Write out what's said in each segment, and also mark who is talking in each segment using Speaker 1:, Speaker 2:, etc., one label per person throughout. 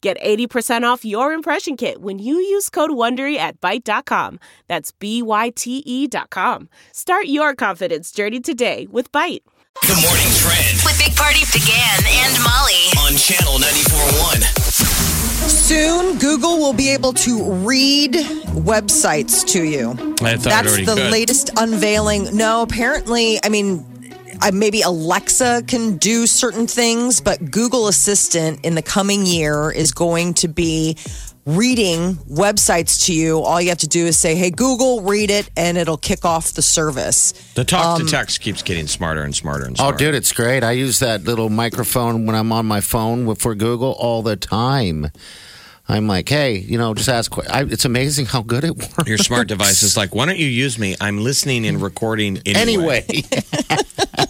Speaker 1: Get 80% off your impression kit when you use code WONDERY at Byte.com. That's B-Y-T-E E dot com. Start your confidence journey today with Byte.
Speaker 2: The morning trend
Speaker 3: with Big Party began and Molly.
Speaker 2: on channel 94.1.
Speaker 4: Soon, Google will be able to read websites to you.
Speaker 5: I thought it
Speaker 4: That's
Speaker 5: already
Speaker 4: the
Speaker 5: could.
Speaker 4: latest unveiling. No, apparently, I mean, I- maybe Alexa can do certain things, but Google Assistant in the coming year is going to be reading websites to you. All you have to do is say, hey, Google, read it, and it'll kick off the service.
Speaker 5: The talk
Speaker 4: um,
Speaker 5: to text keeps getting smarter and smarter and
Speaker 6: Oh,
Speaker 5: smarter.
Speaker 6: dude, it's great. I use that little microphone when I'm on my phone with- for Google all the time. I'm like, hey, you know, just ask. que- I, it's amazing how good it works.
Speaker 5: Your smart device is like, why don't you use me? I'm listening and recording anyway.
Speaker 6: Anyway,
Speaker 4: I'm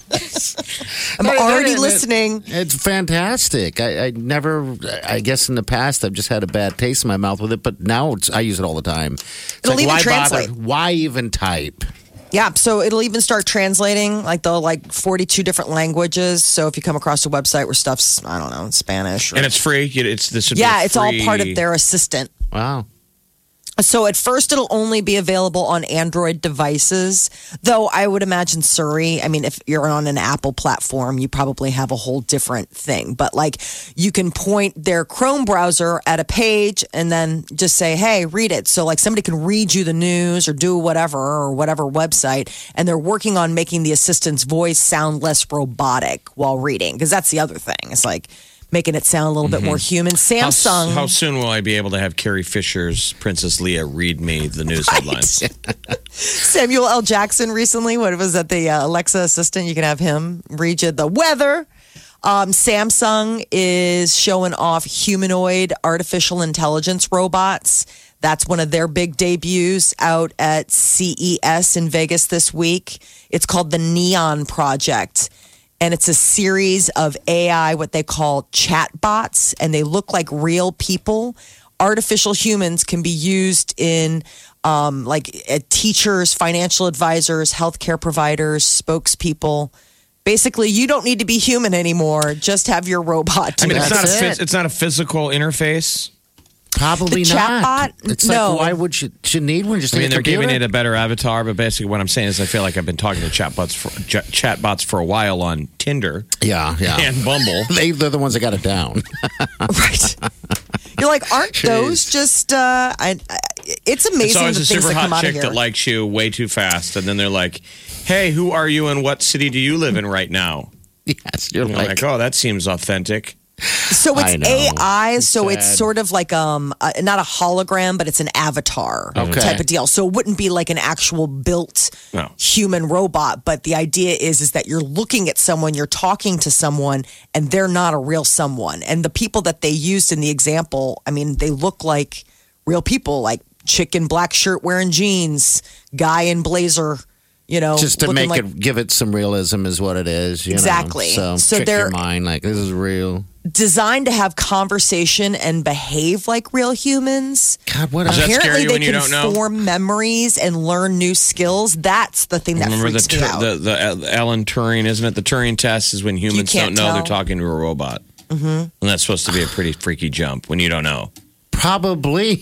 Speaker 6: There- there
Speaker 4: already
Speaker 6: it is.
Speaker 4: listening.
Speaker 6: it's fantastic. I, I never, I guess in the past, I've just had a bad taste in my mouth with it, but now it's, I use it all the time. It's
Speaker 4: It'll even
Speaker 6: why
Speaker 4: translate.
Speaker 6: bother? Why even type?
Speaker 4: Yeah, so it'll even start translating like the like 42 different languages. So if you come across a website where stuff's I don't know, in Spanish or
Speaker 5: And it's free. You- It's this. would be
Speaker 4: Yeah, it's all
Speaker 5: free.
Speaker 4: part of their assistant.
Speaker 6: Wow.
Speaker 4: So at first it'll only be available on Android devices, though I would imagine Surrey, I mean if you're on an Apple platform, you probably have a whole different thing, but like you can point their Chrome browser at a page and then just say, "Hey, read it." So like somebody can read you the news or do whatever or whatever website and they're working on making the assistant's voice sound less robotic while reading because that's the other thing. It's like making it sound a little bit more human.
Speaker 5: Mm-hmm. How s-
Speaker 4: Samsung
Speaker 5: How, soon will I be able to have Carrie Fisher's Princess Leia read me the news headlines?
Speaker 4: Samuel L. Jackson recently. What was that? The uh, Alexa assistant. You can have him read you the weather. Um, Samsung is showing off humanoid artificial intelligence robots. That's one of their big debuts out at CES in Vegas this week. It's called the Neon Project and it's a series of AI, what they call chatbots, and they look like real people. Artificial humans can be used in um, like uh, teachers, financial advisors, healthcare providers, spokespeople. Basically, you don't need to be human anymore. Just have your robot. Do
Speaker 5: I mean, it's
Speaker 4: that.
Speaker 5: not, a,
Speaker 6: That's
Speaker 5: phys-
Speaker 6: it.
Speaker 5: it's not a physical interface.
Speaker 6: Probably
Speaker 4: The
Speaker 6: not.
Speaker 4: chatbot?
Speaker 6: It's
Speaker 4: No.
Speaker 6: like, why would you, you need one? Just
Speaker 5: I mean,
Speaker 6: need a
Speaker 5: they're giving it
Speaker 6: computer?
Speaker 5: a better avatar, but basically, what I'm saying is, I feel like I've been talking to chatbots for ch- chatbots for a while on Tinder
Speaker 6: Yeah, yeah.
Speaker 5: and Bumble.
Speaker 6: they, they're the ones that got it down.
Speaker 4: right. You're like, aren't those just? Uh, I, I, it's
Speaker 5: It's
Speaker 4: amazing
Speaker 5: always
Speaker 4: the
Speaker 5: a
Speaker 4: things that
Speaker 5: super
Speaker 4: come out of
Speaker 5: hot chick
Speaker 4: here.
Speaker 5: that likes you way too fast, and then they're like, "Hey, who are you, and what city do you live in right now?"
Speaker 6: yes, you're
Speaker 5: And you're like, "Oh, that seems authentic."
Speaker 4: So it's
Speaker 6: I know.
Speaker 4: AI. So
Speaker 6: It's
Speaker 4: it's
Speaker 6: sad.
Speaker 4: sort of like um uh not a hologram, but it's an avatar
Speaker 6: Okay.
Speaker 4: type of deal. So it wouldn't be like an actual built
Speaker 5: No.
Speaker 4: human robot. But the idea is is that you're looking at someone, you're talking to someone, and they're not a real someone. And the people that they used in the example, I mean, they look like real people, like chick in black shirt wearing jeans, guy in blazer. You know,
Speaker 6: just to
Speaker 4: Oh, looking
Speaker 6: make
Speaker 4: like
Speaker 6: it give it some realism is what it is. you know.
Speaker 4: Exactly.
Speaker 6: So,
Speaker 4: So
Speaker 6: trick
Speaker 4: they're-
Speaker 6: your mind like this is real.
Speaker 4: designed to have conversation and behave like real humans.
Speaker 6: God, what
Speaker 5: Is that
Speaker 6: else?
Speaker 5: scary
Speaker 4: Apparently, they
Speaker 5: when you
Speaker 4: can
Speaker 5: don't know?
Speaker 4: form memories and learn new skills. That's the thing that
Speaker 5: Remember the,
Speaker 4: freaks me
Speaker 5: Tur-
Speaker 4: out.
Speaker 5: the the Alan Turing, isn't it? The Turing test is when humans don't
Speaker 4: can't
Speaker 5: know they're
Speaker 4: tell.
Speaker 5: talking to a robot, mm-hmm. and that's supposed to be a pretty freaky jump when you don't know.
Speaker 6: Probably.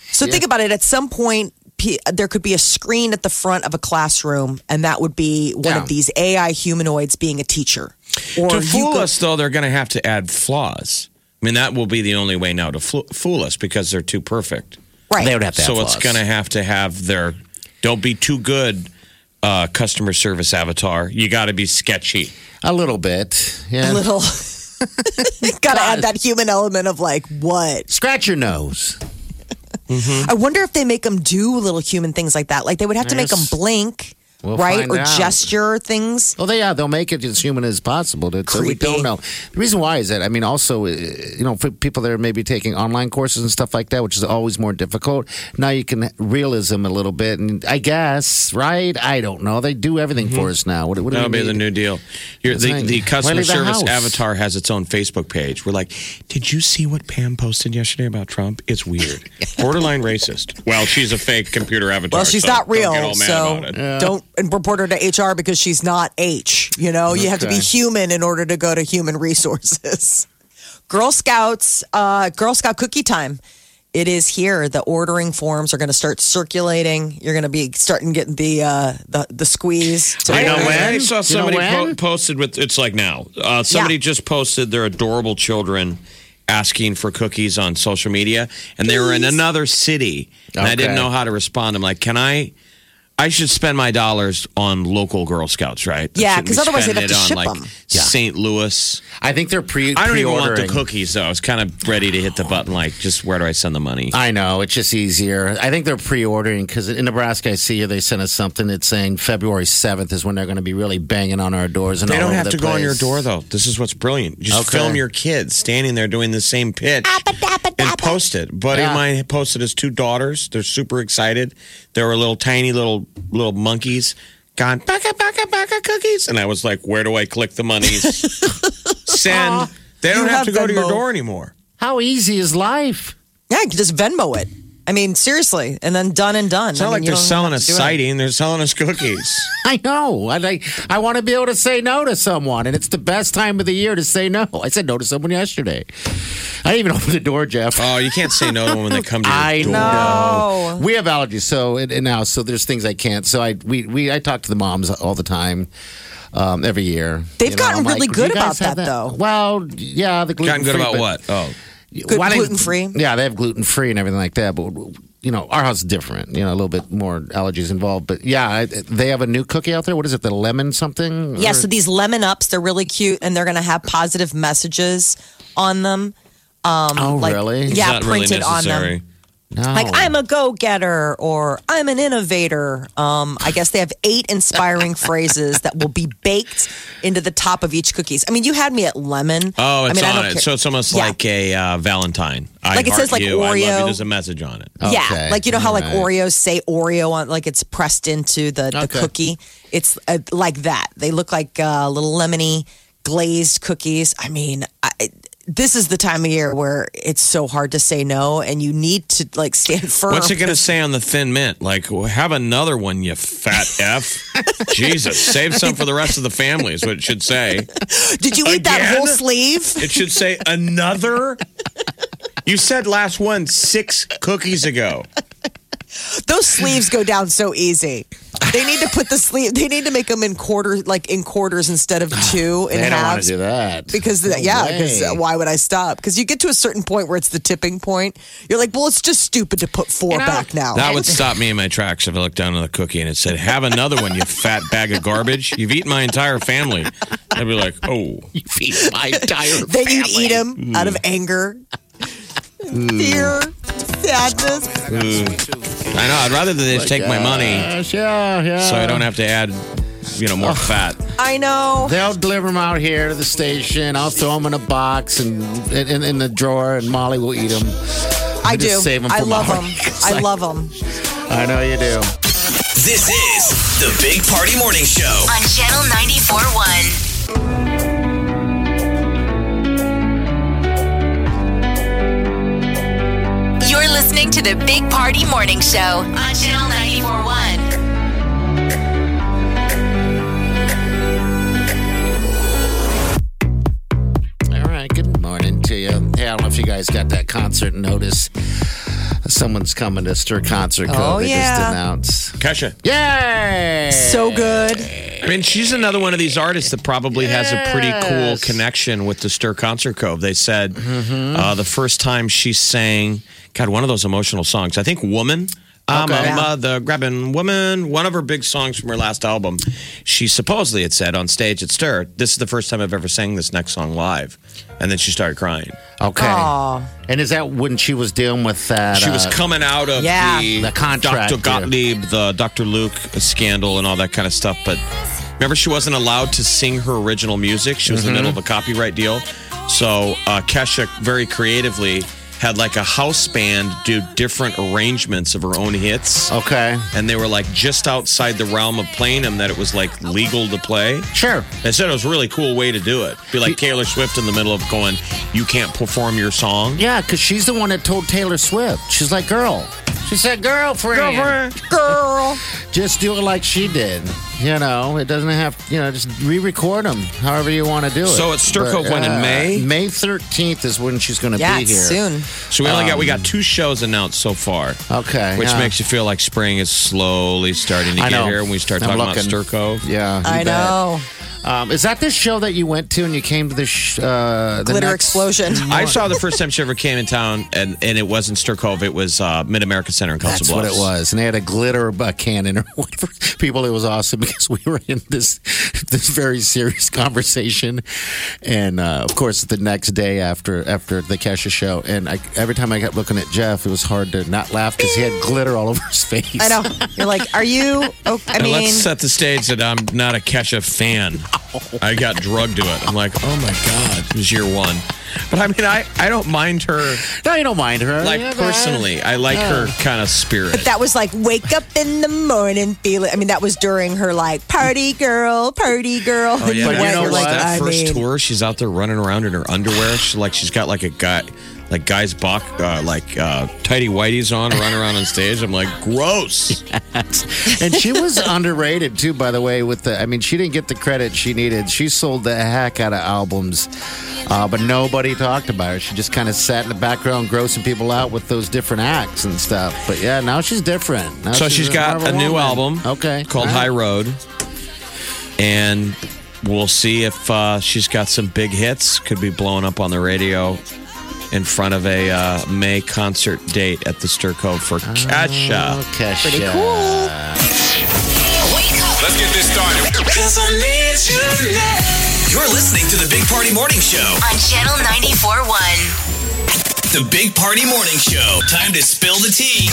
Speaker 4: so think about it. At some point, p- there could be a screen at the front of a classroom, and that would be one
Speaker 6: Yeah.
Speaker 4: of these AI humanoids being a teacher. Or
Speaker 5: to
Speaker 4: you
Speaker 5: fool
Speaker 4: could-
Speaker 5: us, though, they're going to have to add flaws. I mean, that will be the only way now to flo- fool us because they're too perfect.
Speaker 4: right?
Speaker 6: They would have to.
Speaker 5: so
Speaker 6: have
Speaker 5: it's
Speaker 6: flaws.
Speaker 5: going to have to have their don't be too good uh, customer service avatar. You got to be sketchy.
Speaker 6: a little bit. Yeah.
Speaker 4: a little. Gotta add that human element of like what
Speaker 6: Scratch your nose. Hmm.
Speaker 4: I wonder if they make them do little human things like that. Like they would have to make them
Speaker 5: Yes.
Speaker 4: blink
Speaker 6: We'll
Speaker 4: right?
Speaker 6: find
Speaker 4: Or
Speaker 6: out.
Speaker 4: gesture things.
Speaker 6: Well, they, yeah, they'll make it as human as possible. To, so we
Speaker 4: Creepy.
Speaker 6: don't know. The reason why is that, I mean, also, uh, you know, for people that are maybe taking online courses and stuff like that, which is always more difficult, now you can realism a little bit. And I guess, right? I don't know. They do everything
Speaker 4: Mm-hmm.
Speaker 6: for us now. What, what do
Speaker 5: That'll
Speaker 6: we
Speaker 5: be the
Speaker 6: need?
Speaker 5: new deal. Your- the,
Speaker 6: right.
Speaker 5: the
Speaker 6: Why
Speaker 5: customer
Speaker 6: leave the
Speaker 5: service
Speaker 6: house?
Speaker 5: avatar has its own Facebook page. We're like, did you see what Pam posted yesterday about Trump? It's weird, borderline racist. Well, she's a fake computer avatar.
Speaker 4: Well, she's
Speaker 5: so
Speaker 4: not
Speaker 5: don't get
Speaker 4: real,
Speaker 5: all mad
Speaker 4: so
Speaker 5: about it.
Speaker 4: don't and report her to HR because she's not H. You know, you have to be
Speaker 6: Okay.
Speaker 4: human in order to go to human resources. Girl Scouts, uh, Girl Scout cookie time. It is here. The ordering forms are going to start circulating. You're going to be starting getting the uh, the the squeeze. to
Speaker 5: I,
Speaker 4: order.
Speaker 5: know when? I
Speaker 6: when?
Speaker 5: saw
Speaker 6: You know
Speaker 5: somebody
Speaker 6: when?
Speaker 5: po- posted with it's like now. Uh, somebody
Speaker 4: Yeah.
Speaker 5: just posted their adorable children asking for cookies on social media, and they were in another city, and I didn't
Speaker 6: Okay.
Speaker 5: know how to respond. I'm like, can I? I should spend my dollars on local Girl Scouts, right?
Speaker 4: Yeah,
Speaker 5: Shouldn't
Speaker 4: 'cause
Speaker 5: be
Speaker 4: otherwise they'd have
Speaker 5: spending
Speaker 4: to
Speaker 5: it on,
Speaker 4: ship
Speaker 5: like,
Speaker 4: 'em.
Speaker 6: Yeah.
Speaker 5: St. Louis.
Speaker 6: I think they're pre.
Speaker 5: I don't even want the
Speaker 6: pre-ordering.
Speaker 5: cookies though. I was kind of ready to hit the button, like, just where do I send the money?
Speaker 6: I know it's just easier. I think they're pre-ordering because in Nebraska, I see here they sent us something that's saying February seventh is when they're going to be really banging on our doors. And
Speaker 5: They
Speaker 6: all
Speaker 5: don't
Speaker 6: over
Speaker 5: have
Speaker 6: the
Speaker 5: to go on your
Speaker 6: place.
Speaker 5: door though. This is what's brilliant. Just
Speaker 6: Okay.
Speaker 5: film your kids standing there doing the same pitch and post it. Buddy of
Speaker 6: Yeah.
Speaker 5: mine posted his two daughters. They're super excited. They were little tiny little little monkeys gone baka baka baka cookies. And I was like, where do I click the monies? Send. They
Speaker 4: You
Speaker 5: don't
Speaker 4: have
Speaker 5: have to go to your
Speaker 4: Venmo.
Speaker 5: door anymore.
Speaker 6: How easy is life?
Speaker 4: Yeah, you can just Venmo it. I mean, seriously, and then done and done.
Speaker 5: It's not like they're selling us
Speaker 4: sighting.
Speaker 5: sighting. They're selling us cookies.
Speaker 6: I know. I like, I want to be able to say no to someone, and it's the best time of the year to say no. I said no to someone yesterday. I didn't even opened the door, Jeff.
Speaker 5: oh, you can't say no to them when they come to your
Speaker 6: I
Speaker 5: door.
Speaker 6: know. We have allergies, so and, and now so there's things I can't. So I we, we I talk to the moms all the time, um, every year.
Speaker 4: They've
Speaker 6: You
Speaker 4: gotten
Speaker 6: I'm
Speaker 4: really
Speaker 6: "Do you
Speaker 4: good
Speaker 6: guys
Speaker 4: about
Speaker 6: have
Speaker 4: that, though."
Speaker 6: Well, yeah, the gluten
Speaker 5: Gotten good
Speaker 6: free,
Speaker 5: about
Speaker 6: but-
Speaker 5: what? Oh.
Speaker 4: Good
Speaker 6: Why they-
Speaker 4: gluten-free.
Speaker 6: Yeah, they have gluten free and everything like that. But you know, our house is different. You know, a little bit more allergies involved. But yeah, I, they have a new cookie out there. What is it? The lemon something?
Speaker 4: Yeah,
Speaker 6: Or-
Speaker 4: so these lemon ups, they're really cute and they're going to have positive messages on them.
Speaker 6: oh,
Speaker 4: um, like-
Speaker 6: really?
Speaker 4: Yeah,
Speaker 5: It's not really
Speaker 4: printed on them.
Speaker 5: necessary.
Speaker 6: No.
Speaker 4: Like,
Speaker 5: Oh.
Speaker 4: I'm a go getter or I'm an innovator. Um, I guess they have eight inspiring phrases that will be baked into the top of each cookies. I mean, you had me at lemon.
Speaker 5: Oh, it's
Speaker 4: I mean, I
Speaker 5: on
Speaker 4: don't
Speaker 5: it.
Speaker 4: care.
Speaker 5: So it's almost
Speaker 4: Yeah.
Speaker 5: like a uh, Valentine. I
Speaker 4: Like it
Speaker 5: heart
Speaker 4: says, like,
Speaker 5: you, I love you.
Speaker 4: Oreo. Oh.
Speaker 5: There's a message on it.
Speaker 4: Yeah,
Speaker 6: Okay.
Speaker 4: like you know how like
Speaker 6: All right.
Speaker 4: Oreos say Oreo on like it's pressed into the, the
Speaker 6: Okay.
Speaker 4: cookie. It's uh, like that. They look like uh, little lemony glazed cookies. I mean, I, this is the time of year where it's so hard to say no, and you need to like stand firm.
Speaker 5: What's it going to say on the thin mint? Like, "Well, have another one, you fat F. Jesus, save some for the rest of the family is what it should say.
Speaker 4: Did you eat that
Speaker 5: Again?
Speaker 4: whole sleeve?
Speaker 5: It should say another. You said last one six cookies ago.
Speaker 4: Those sleeves go down so easy. They need to put the sleeve. They need to make them in quarters, like in quarters instead of two and
Speaker 6: They don't want
Speaker 4: halves.
Speaker 6: to do that
Speaker 4: Because
Speaker 6: No
Speaker 4: the, yeah, because
Speaker 6: way.
Speaker 4: why would I stop? Because you get to a certain point where it's the tipping point. You're like, well, it's just stupid to put four
Speaker 6: And I-
Speaker 4: back now.
Speaker 5: That would stop me in my tracks if I looked down at the cookie and it said, Have another one, you fat bag of garbage. You've eaten my entire family. I'd be like, Oh.
Speaker 6: you feed my entire
Speaker 4: then you'd eat
Speaker 6: family. Mm.
Speaker 4: them out of anger, fear, sadness.
Speaker 5: I know. I'd rather they just take my money.
Speaker 6: Gosh, yeah, yeah.
Speaker 5: so I don't have to add, you know, more fat.
Speaker 4: I know.
Speaker 6: They'll deliver them out here to the station. I'll throw them in a box and in, in the drawer, and Molly will eat them.
Speaker 4: I
Speaker 6: I
Speaker 4: do.
Speaker 6: just save 'em
Speaker 4: I
Speaker 6: for
Speaker 4: love
Speaker 6: Molly.
Speaker 4: them. I love them.
Speaker 6: I know you do.
Speaker 2: This is the Big Party Morning Show.
Speaker 3: on Channel 94.1. You're listening to the Big Party Morning Show on Channel 94.1.
Speaker 6: All right. Good morning to you. Hey, I don't know if you guys got that concert notice. Someone's coming to Stir Concert Code.
Speaker 4: Oh,
Speaker 6: they
Speaker 4: yeah.
Speaker 6: just announced.
Speaker 5: Kesha.
Speaker 6: Yay!
Speaker 4: So good.
Speaker 5: I mean, she's another one of these artists that probably has a pretty cool connection with the Stir Concert Cove. They said uh, the first time she sang, God, one of those emotional songs. I think Woman. I'm
Speaker 6: Okay.
Speaker 5: a mother grabbing woman. One of her big songs from her last album. She supposedly had said on stage at Stir, "This is the first time I've ever sang this next song live," and then she started crying.
Speaker 6: Okay.
Speaker 4: Aw.
Speaker 6: And is that when she was dealing with that?
Speaker 5: She was
Speaker 6: uh,
Speaker 5: coming out of
Speaker 4: Yeah.
Speaker 5: the,
Speaker 6: The contract,
Speaker 5: Dr.
Speaker 6: yeah.
Speaker 5: Gottlieb, the Dr. Luke scandal, and all that kind of stuff. But remember, she wasn't allowed to sing her original music. She was in the middle of a copyright deal. So uh, Kesha very creatively had like a house band do different arrangements of her own hits.
Speaker 6: Okay.
Speaker 5: And they were like just outside the realm of playing them that it was like legal to play.
Speaker 6: Sure.
Speaker 5: They said it was a really cool way to do it. Be like Taylor Swift in the middle of going, you can't perform your song.
Speaker 6: Yeah, because she's the one that told Taylor Swift. She's like, girl. She said, girlfriend.
Speaker 4: Girl.
Speaker 6: Just do it like she did. You know, it doesn't have, you know, just re record them however you want to do it.
Speaker 5: So it's Sturco
Speaker 6: But, uh,
Speaker 5: when in May?
Speaker 6: May 13th is when she's going to
Speaker 4: Yeah,
Speaker 6: be
Speaker 4: it's
Speaker 6: here.
Speaker 4: soon.
Speaker 5: So we only got we got two shows announced so far.
Speaker 6: Um, Okay,
Speaker 5: which
Speaker 6: yeah.
Speaker 5: makes you feel like spring is slowly starting to
Speaker 6: I
Speaker 5: get
Speaker 6: know.
Speaker 5: here, and we start
Speaker 6: I'm
Speaker 5: talking
Speaker 6: looking.
Speaker 5: about Sturco.
Speaker 6: Yeah. you
Speaker 4: I
Speaker 6: bet.
Speaker 4: know.
Speaker 6: Um, is that the show that you went to and you came to the, sh- uh, the
Speaker 4: Glitter
Speaker 6: next-
Speaker 4: explosion.
Speaker 5: I saw the first time she ever came in town, and, and it wasn't Sturkov. It was uh, Mid America Center in Council
Speaker 6: That's what it was, and they had a glitter uh, cannon or whatever. People, it was awesome because we were in this this very serious conversation, and uh, of course the next day after after the Kesha show, and I, every time I kept looking at Jeff, it was hard to not laugh because he had glitter all over his face.
Speaker 4: I know. You're like, are you? Oh, I
Speaker 5: And
Speaker 4: mean,
Speaker 5: let's set the stage that I'm not a Kesha fan. I got drugged to it. I'm like, oh my god, it was year one. But I mean, I, I don't mind her
Speaker 6: No, you don't mind her.
Speaker 5: like
Speaker 6: Yeah, but-
Speaker 5: personally. I like her
Speaker 4: Oh.
Speaker 5: kind of spirit.
Speaker 4: that was like, wake up in the morning, feel it. I mean, that was during her like party girl, party girl.
Speaker 5: Oh, yeah,
Speaker 6: But
Speaker 5: that-
Speaker 6: you know
Speaker 5: that
Speaker 6: what?
Speaker 5: That
Speaker 4: I
Speaker 5: first
Speaker 4: mean-
Speaker 5: tour, she's out there running around in her underwear. She like she's got like a guy, like guys box, uh, like uh, tidy whiteys on, running around on stage. I'm like, gross.
Speaker 6: and she was underrated too, by the way. With the, I mean, she didn't get the credit she needed. She sold the heck out of albums, uh, but nobody talked about her. She just kind of sat in the background, grossing people out with those different acts and stuff. But yeah, now she's different. Now
Speaker 5: so she's
Speaker 6: a
Speaker 5: got a
Speaker 6: Marvel
Speaker 5: new
Speaker 6: woman.
Speaker 5: album,
Speaker 6: okay,
Speaker 5: called
Speaker 6: All
Speaker 5: High
Speaker 6: right.
Speaker 5: Road, and we'll see if uh, she's got some big hits. Could be blowing up on the radio in front of a uh, May concert date at the Sturco for Kesha.
Speaker 6: Oh, Okay, pretty cool.
Speaker 2: Let's get this started. You're listening to the Big Party Morning Show.
Speaker 3: on Channel 94.1.
Speaker 2: The Big Party Morning Show. Time to spill the tea.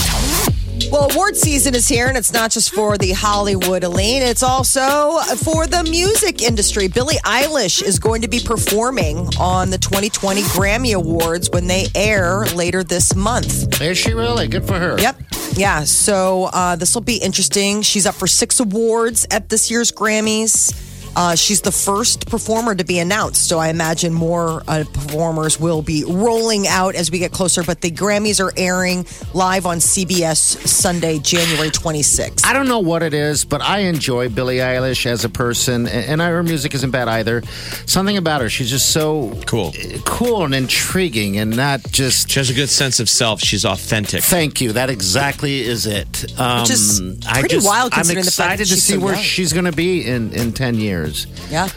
Speaker 4: Well, award season is here, and it's not just for the Hollywood, Aline. It's also for the music industry. Billie Eilish is going to be performing on the 2020 Grammy Awards when they air later this month.
Speaker 6: Is she really good for her?
Speaker 4: Yep. Yeah. So uh, this will be interesting. She's up for six awards at this year's Grammys. Uh, she's the first performer to be announced. So I imagine more uh, performers will be rolling out as we get closer. But the Grammys are airing live on CBS Sunday, January 26th.
Speaker 6: I don't know what it is, but I enjoy Billie Eilish as a person, and and her music isn't bad either. Something about her, she's just so
Speaker 5: Cool.
Speaker 6: cool and intriguing, and not just
Speaker 5: She has a good sense of self. She's authentic.
Speaker 6: Thank you. That exactly is it. Um,
Speaker 4: Which is pretty wild
Speaker 6: I'm
Speaker 4: considering the fact
Speaker 6: excited
Speaker 4: that
Speaker 6: to
Speaker 4: she's
Speaker 6: see
Speaker 4: so
Speaker 6: where
Speaker 4: young.
Speaker 6: she's going to be in, in 10 years.
Speaker 4: Yeah.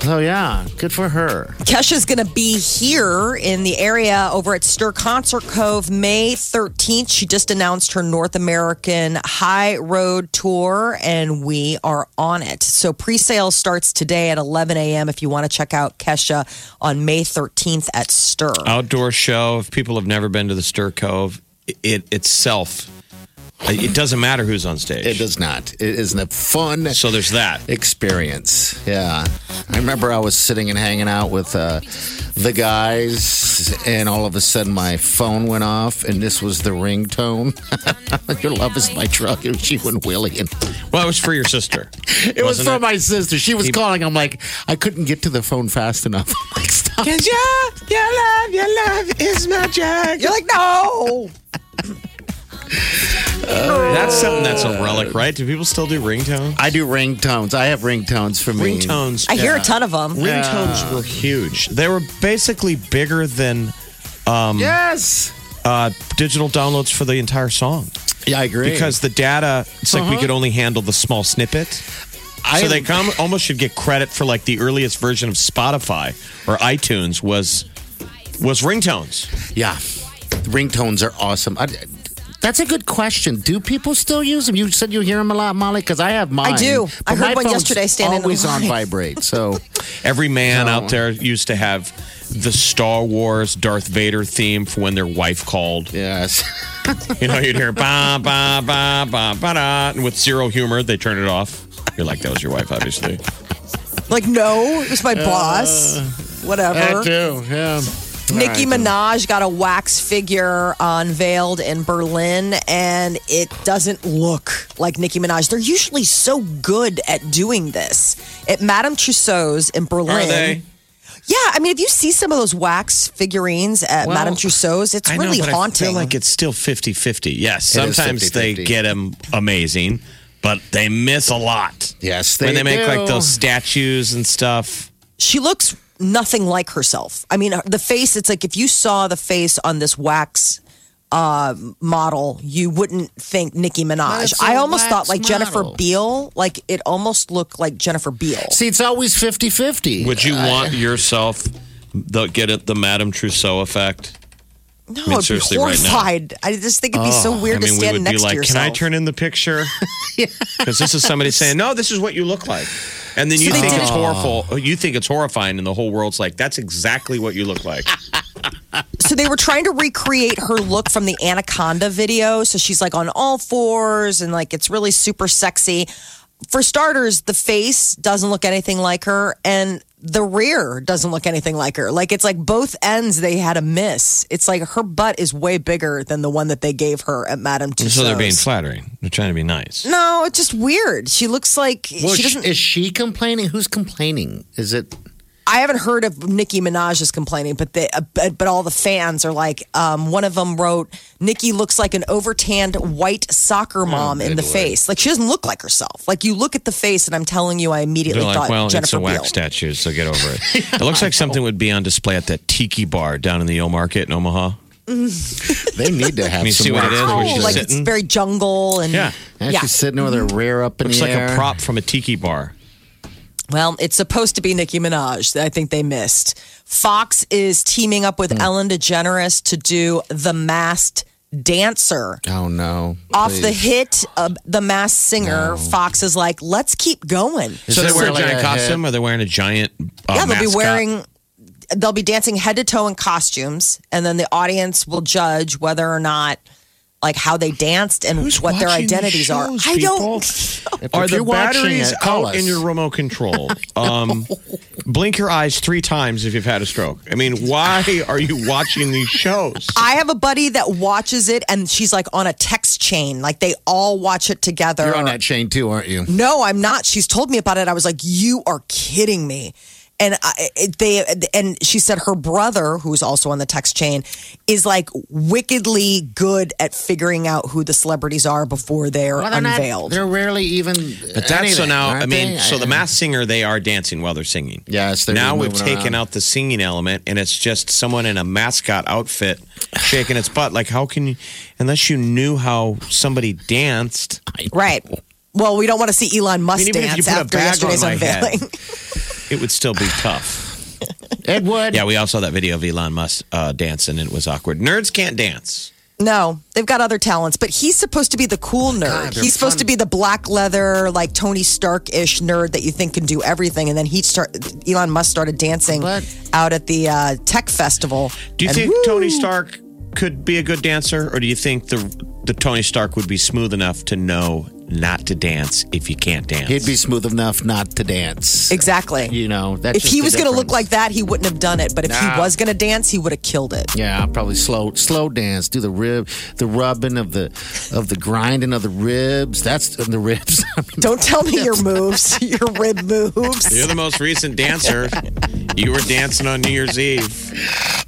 Speaker 6: So, yeah, good for her.
Speaker 4: Kesha's going to be here in the area over at Stir Concert Cove May 13th. She just announced her North American High Road Tour, and we are on it. So pre sale starts today at 11 a.m. if you want to check out Kesha on May 13th at Stir.
Speaker 5: outdoor show. If people have never been to the Stir Cove, it itself, it doesn't matter who's on stage.
Speaker 6: It does not. It isn't a fun
Speaker 5: So there's that.
Speaker 6: experience. Yeah. I remember I was sitting and hanging out with uh, the guys, and all of a sudden my phone went off, and this was the ringtone. Your love is my drug. It was you and Willie. And
Speaker 5: Well, it was for your sister.
Speaker 6: It was
Speaker 5: wasn't
Speaker 6: for
Speaker 5: it?
Speaker 6: my sister. She was calling. I'm like, I couldn't get to the phone fast enough. I'm like, stop.
Speaker 5: Cause your, your love, your love is my drug.
Speaker 4: You're like, no!
Speaker 5: That's something that's a relic, right? Do people still do ringtone?
Speaker 6: I do ringtones. I have ringtones for me.
Speaker 5: Ringtones.
Speaker 4: I hear a ton of them.
Speaker 5: Ringtones were huge. They were basically bigger than
Speaker 6: Mm. Yes.
Speaker 5: uh, digital downloads for the entire song
Speaker 6: Yeah, I agree.
Speaker 5: because the data. It's like we could only handle the small snippet.
Speaker 6: I
Speaker 5: so they com- almost should get credit for like the earliest version of Spotify or iTunes was was ringtones.
Speaker 6: yeah, ringtones are awesome. I, That's a good question. Do people still use them? You said you hear them a lot, Molly, because I have mine.
Speaker 4: do. I
Speaker 6: But
Speaker 4: heard
Speaker 6: my
Speaker 4: one
Speaker 6: phone's
Speaker 4: yesterday standing in
Speaker 6: always
Speaker 4: the
Speaker 6: on
Speaker 4: line.
Speaker 6: vibrate. So
Speaker 5: Every man out there used to have the Star Wars Darth Vader theme for when their wife called.
Speaker 6: yes,
Speaker 5: You know, you'd hear ba ba ba ba ba da, and with zero humor, they turn it off. You're like, that was your wife, obviously.
Speaker 4: Like, no, it was my boss. Whatever.
Speaker 6: do. Yeah.
Speaker 4: Nicki Minaj got a wax figure uh, unveiled in Berlin, and it doesn't look like Nicki Minaj. They're usually so good at doing this. At Madame Tussauds in Berlin.
Speaker 5: Are they?
Speaker 4: Yeah, I mean, if you see some of those wax figurines at
Speaker 6: Well,
Speaker 4: Madame Tussauds, it's
Speaker 5: I
Speaker 4: really
Speaker 5: know, but
Speaker 4: haunting.
Speaker 5: I feel like it's still 50 50. Yes,
Speaker 6: It is
Speaker 5: sometimes they
Speaker 6: 50-50.
Speaker 5: get them amazing, but they miss a lot.
Speaker 6: Yes,
Speaker 5: when
Speaker 6: they
Speaker 5: they make like
Speaker 6: do.
Speaker 5: those statues and stuff.
Speaker 4: she looks nothing like herself. I mean, the face, it's like if you saw the face on this wax uh, model, you wouldn't think Nicki Minaj.
Speaker 6: it's a
Speaker 4: I almost thought
Speaker 6: wax
Speaker 4: like Jennifer
Speaker 6: model.
Speaker 4: Beal, like it almost looked like Jennifer Beal.
Speaker 6: See, it's always 50 50.
Speaker 5: Would you want yourself the get it the Madame Trousseau effect?
Speaker 4: No,
Speaker 5: mean,
Speaker 4: I'd be
Speaker 5: seriously, right now. Oh,
Speaker 4: horrified. I just think it'd be so weird
Speaker 5: I mean,
Speaker 4: to
Speaker 5: we
Speaker 4: stand
Speaker 5: would be
Speaker 4: next
Speaker 5: like,
Speaker 4: to
Speaker 5: "Can
Speaker 4: yourself.
Speaker 5: I turn in the picture?" Because this is somebody saying, "No, this is what you look like," and then you
Speaker 4: they
Speaker 5: think
Speaker 4: did
Speaker 5: it's
Speaker 4: it-
Speaker 5: horrible. You think it's horrifying, and the whole world's like, "That's exactly what you look like."
Speaker 4: so they were trying to recreate her look from the Anaconda video. So she's like on all fours and like it's really super sexy. For starters, the face doesn't look anything like her and the rear doesn't look anything like her. Like it's like both ends they had a miss. It's like her butt is way bigger than the one that they gave her at Madame Tussauds.
Speaker 5: so they're being flattering. They're trying to be nice.
Speaker 4: no, it's just weird. She looks like
Speaker 6: Well,
Speaker 4: she
Speaker 6: sh-
Speaker 4: doesn't.
Speaker 6: is she complaining? Who's complaining? Is it?
Speaker 4: I haven't heard of Nicki Minaj's complaining, but they, uh, but, but all the fans are like, um, one of them wrote, Nicki looks like an overtanned white
Speaker 5: Oh,
Speaker 4: soccer mom in the face. Like she doesn't look like herself. Like you look at the face, and I'm telling you, I immediately
Speaker 5: They're like,
Speaker 4: thought
Speaker 5: well, it's
Speaker 4: Jennifer
Speaker 5: a wax
Speaker 4: Beal.
Speaker 5: statue, so get over it. It looks like something would be on display at that tiki bar down in the Yale Market in Omaha.
Speaker 6: They need to have
Speaker 5: You
Speaker 6: some
Speaker 5: see what it
Speaker 6: wax
Speaker 5: is?
Speaker 6: figures.
Speaker 5: Where
Speaker 4: Oh,
Speaker 5: she's
Speaker 4: like
Speaker 5: sitting.
Speaker 4: it's very jungle and
Speaker 5: Yeah.
Speaker 6: Yeah, she's sitting there with her rear up in
Speaker 5: Looks
Speaker 6: the
Speaker 5: like
Speaker 6: air.
Speaker 5: a prop from a tiki bar.
Speaker 4: Well, it's supposed to be Nicki Minaj that I think they missed. Fox is teaming up
Speaker 5: Hmm.
Speaker 4: with Ellen DeGeneres to do The Masked Dancer.
Speaker 6: Oh no!
Speaker 4: Off the
Speaker 6: Please.
Speaker 4: hit of The Masked Singer, Fox is like, let's keep going.
Speaker 6: Is
Speaker 5: so they
Speaker 6: this
Speaker 5: wear a
Speaker 6: like
Speaker 5: giant
Speaker 6: a
Speaker 5: costume, or they're wearing a giant. Uh,
Speaker 4: yeah, they'll be
Speaker 5: mascot?
Speaker 4: wearing. They'll be dancing head to toe in costumes, and then the audience will judge whether or not, like, how they danced and
Speaker 5: Who's
Speaker 4: what their
Speaker 5: watching these
Speaker 4: identities are.
Speaker 5: shows,
Speaker 4: I
Speaker 5: people?
Speaker 4: don't.
Speaker 6: If-
Speaker 5: Are
Speaker 6: if
Speaker 5: the
Speaker 6: you're watching
Speaker 5: batteries
Speaker 6: it, call
Speaker 5: out
Speaker 6: us.
Speaker 5: in your remote control? Um, blink your eyes three times if you've had a stroke. I mean, why are you watching these shows?
Speaker 4: I have a buddy that watches it, and she's like on a text chain. Like they all watch it together.
Speaker 6: You're on that chain too, aren't you?
Speaker 4: No, I'm not. She's told me about it. I was like, you are kidding me. And I, it, they and she said her brother, who's also on the text chain, is like wickedly good at figuring out who the celebrities are before they're
Speaker 6: Well, they're not-
Speaker 4: unveiled.
Speaker 6: they're rarely even.
Speaker 5: But that's so
Speaker 6: anything,
Speaker 5: now.
Speaker 6: aren't
Speaker 5: I mean,
Speaker 6: they?
Speaker 5: so the mass singer, they are dancing while they're singing.
Speaker 6: Yes, they're
Speaker 5: now we've
Speaker 6: moving
Speaker 5: taken
Speaker 6: around.
Speaker 5: out the singing element, and it's just someone in a mascot outfit shaking its butt. Like, how can you, unless you knew how somebody danced?
Speaker 4: right. Well, we don't want to see Elon Musk
Speaker 5: mean, even if you
Speaker 4: dance
Speaker 5: put a
Speaker 4: after
Speaker 5: bag on
Speaker 4: yesterday's
Speaker 5: my head.
Speaker 4: unveiling.
Speaker 5: It would still be tough.
Speaker 6: Ed Wood.
Speaker 5: Yeah, we all saw that video of Elon Musk uh, dancing, and it was awkward. Nerds can't dance.
Speaker 4: No, they've got other talents, but he's supposed to be the cool nerd. he's supposed to be the black leather, like Tony Stark ish nerd that you think can do everything. And then he start Elon Musk started dancing
Speaker 6: But-
Speaker 4: out at the uh, tech festival.
Speaker 5: Do you
Speaker 4: And
Speaker 5: think
Speaker 4: woo,
Speaker 5: Tony Stark could be a good dancer, or do you think the the Tony Stark would be smooth enough to know not to dance if you can't dance?
Speaker 6: He'd be smooth enough not to dance.
Speaker 4: exactly?
Speaker 6: You know, that's
Speaker 4: if he was going to look like that, he wouldn't have done it. But if he
Speaker 6: Nah.
Speaker 4: was going to dance, he would have killed it.
Speaker 6: Yeah, I'll probably slow slow dance, do the rib, the rubbing of the of the grinding of the ribs. That's the ribs.
Speaker 4: Don't tell me your moves, your rib moves.
Speaker 5: You're the most recent dancer. You were dancing on New Year's Eve.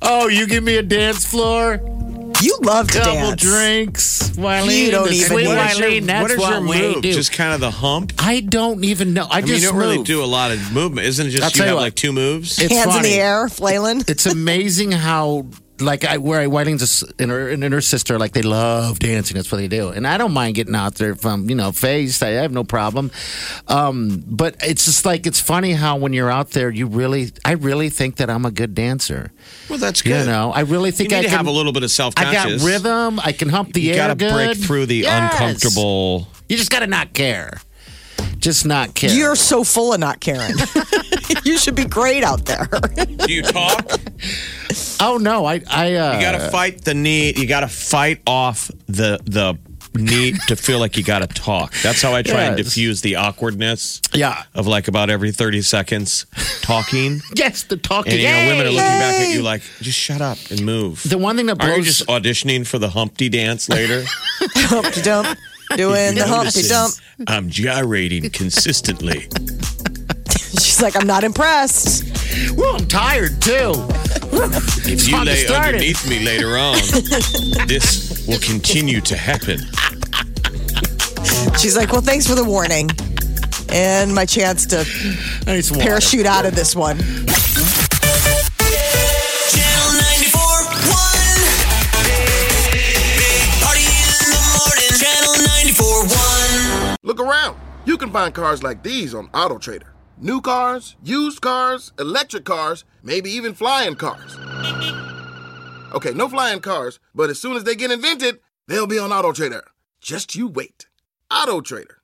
Speaker 6: oh, you give me a dance floor,
Speaker 4: You love to
Speaker 6: double
Speaker 4: dance.
Speaker 6: drinks, Wileen.
Speaker 4: You don't
Speaker 6: the
Speaker 4: even
Speaker 6: sweet
Speaker 4: need- What
Speaker 5: is your-
Speaker 6: Wileen, that's
Speaker 5: what is your
Speaker 6: we
Speaker 5: move?
Speaker 6: do.
Speaker 5: Just kind of the hump.
Speaker 6: I don't even know. I,
Speaker 5: I mean,
Speaker 6: just
Speaker 5: you don't really
Speaker 6: move.
Speaker 5: do a lot of movement, isn't it? Just
Speaker 6: I'll
Speaker 5: you
Speaker 6: tell you
Speaker 5: have
Speaker 6: what.
Speaker 5: like two moves.
Speaker 6: It's
Speaker 4: Hands in
Speaker 6: funny.
Speaker 4: the air, flailing.
Speaker 6: It's amazing how like I, where I Whiting's a s- and her, and her sister, like they love dancing. That's what they do, and I don't mind getting out there from you know face. I have no problem. Um, but it's just like it's funny how when you're out there, you really, I really think that I'm a good dancer.
Speaker 5: Well, that's good.
Speaker 6: You know, I really think
Speaker 5: you
Speaker 6: I
Speaker 5: need to
Speaker 6: can
Speaker 5: have a little bit of self
Speaker 6: I got
Speaker 5: conscious.
Speaker 6: rhythm. I can hump the
Speaker 5: You
Speaker 6: air.
Speaker 5: got to break
Speaker 6: good.
Speaker 5: through the
Speaker 6: Yes.
Speaker 5: uncomfortable.
Speaker 6: You just got to not care. Just not care.
Speaker 4: You're so full of not caring. you should be great out there.
Speaker 5: Do you talk?
Speaker 6: oh no, I I uh,
Speaker 5: You got to fight the need. You got to fight off the the need to feel like you got to talk. That's how I try and
Speaker 6: Yes.
Speaker 5: diffuse the awkwardness
Speaker 6: yeah.
Speaker 5: of like about every thirty seconds talking.
Speaker 6: Yes, the talking.
Speaker 5: And you know, women are
Speaker 6: Yay!
Speaker 5: looking back at you like, just shut up and move.
Speaker 6: The one thing that
Speaker 5: Aren't you
Speaker 6: blows
Speaker 5: just auditioning for the Humpty dance later?
Speaker 4: Humpty dump, doing the humpty
Speaker 5: Notices
Speaker 4: dump.
Speaker 5: I'm gyrating consistently.
Speaker 4: She's like, I'm not impressed.
Speaker 6: Well, I'm tired too.
Speaker 5: If you
Speaker 6: Time to
Speaker 5: lay
Speaker 6: start it.
Speaker 5: underneath me later on, this will continue to happen.
Speaker 4: She's like, well, thanks for the warning and my chance to
Speaker 6: I need some water.
Speaker 4: parachute out of this one.
Speaker 2: Channel 94 1. Big Party in the morning. Channel 94 1.
Speaker 7: Look around. You can find cars like these on AutoTrader. New cars, used cars, electric cars, maybe even flying cars. Okay, no flying cars, but as soon as they get invented, they'll be on AutoTrader. Just you wait. AutoTrader.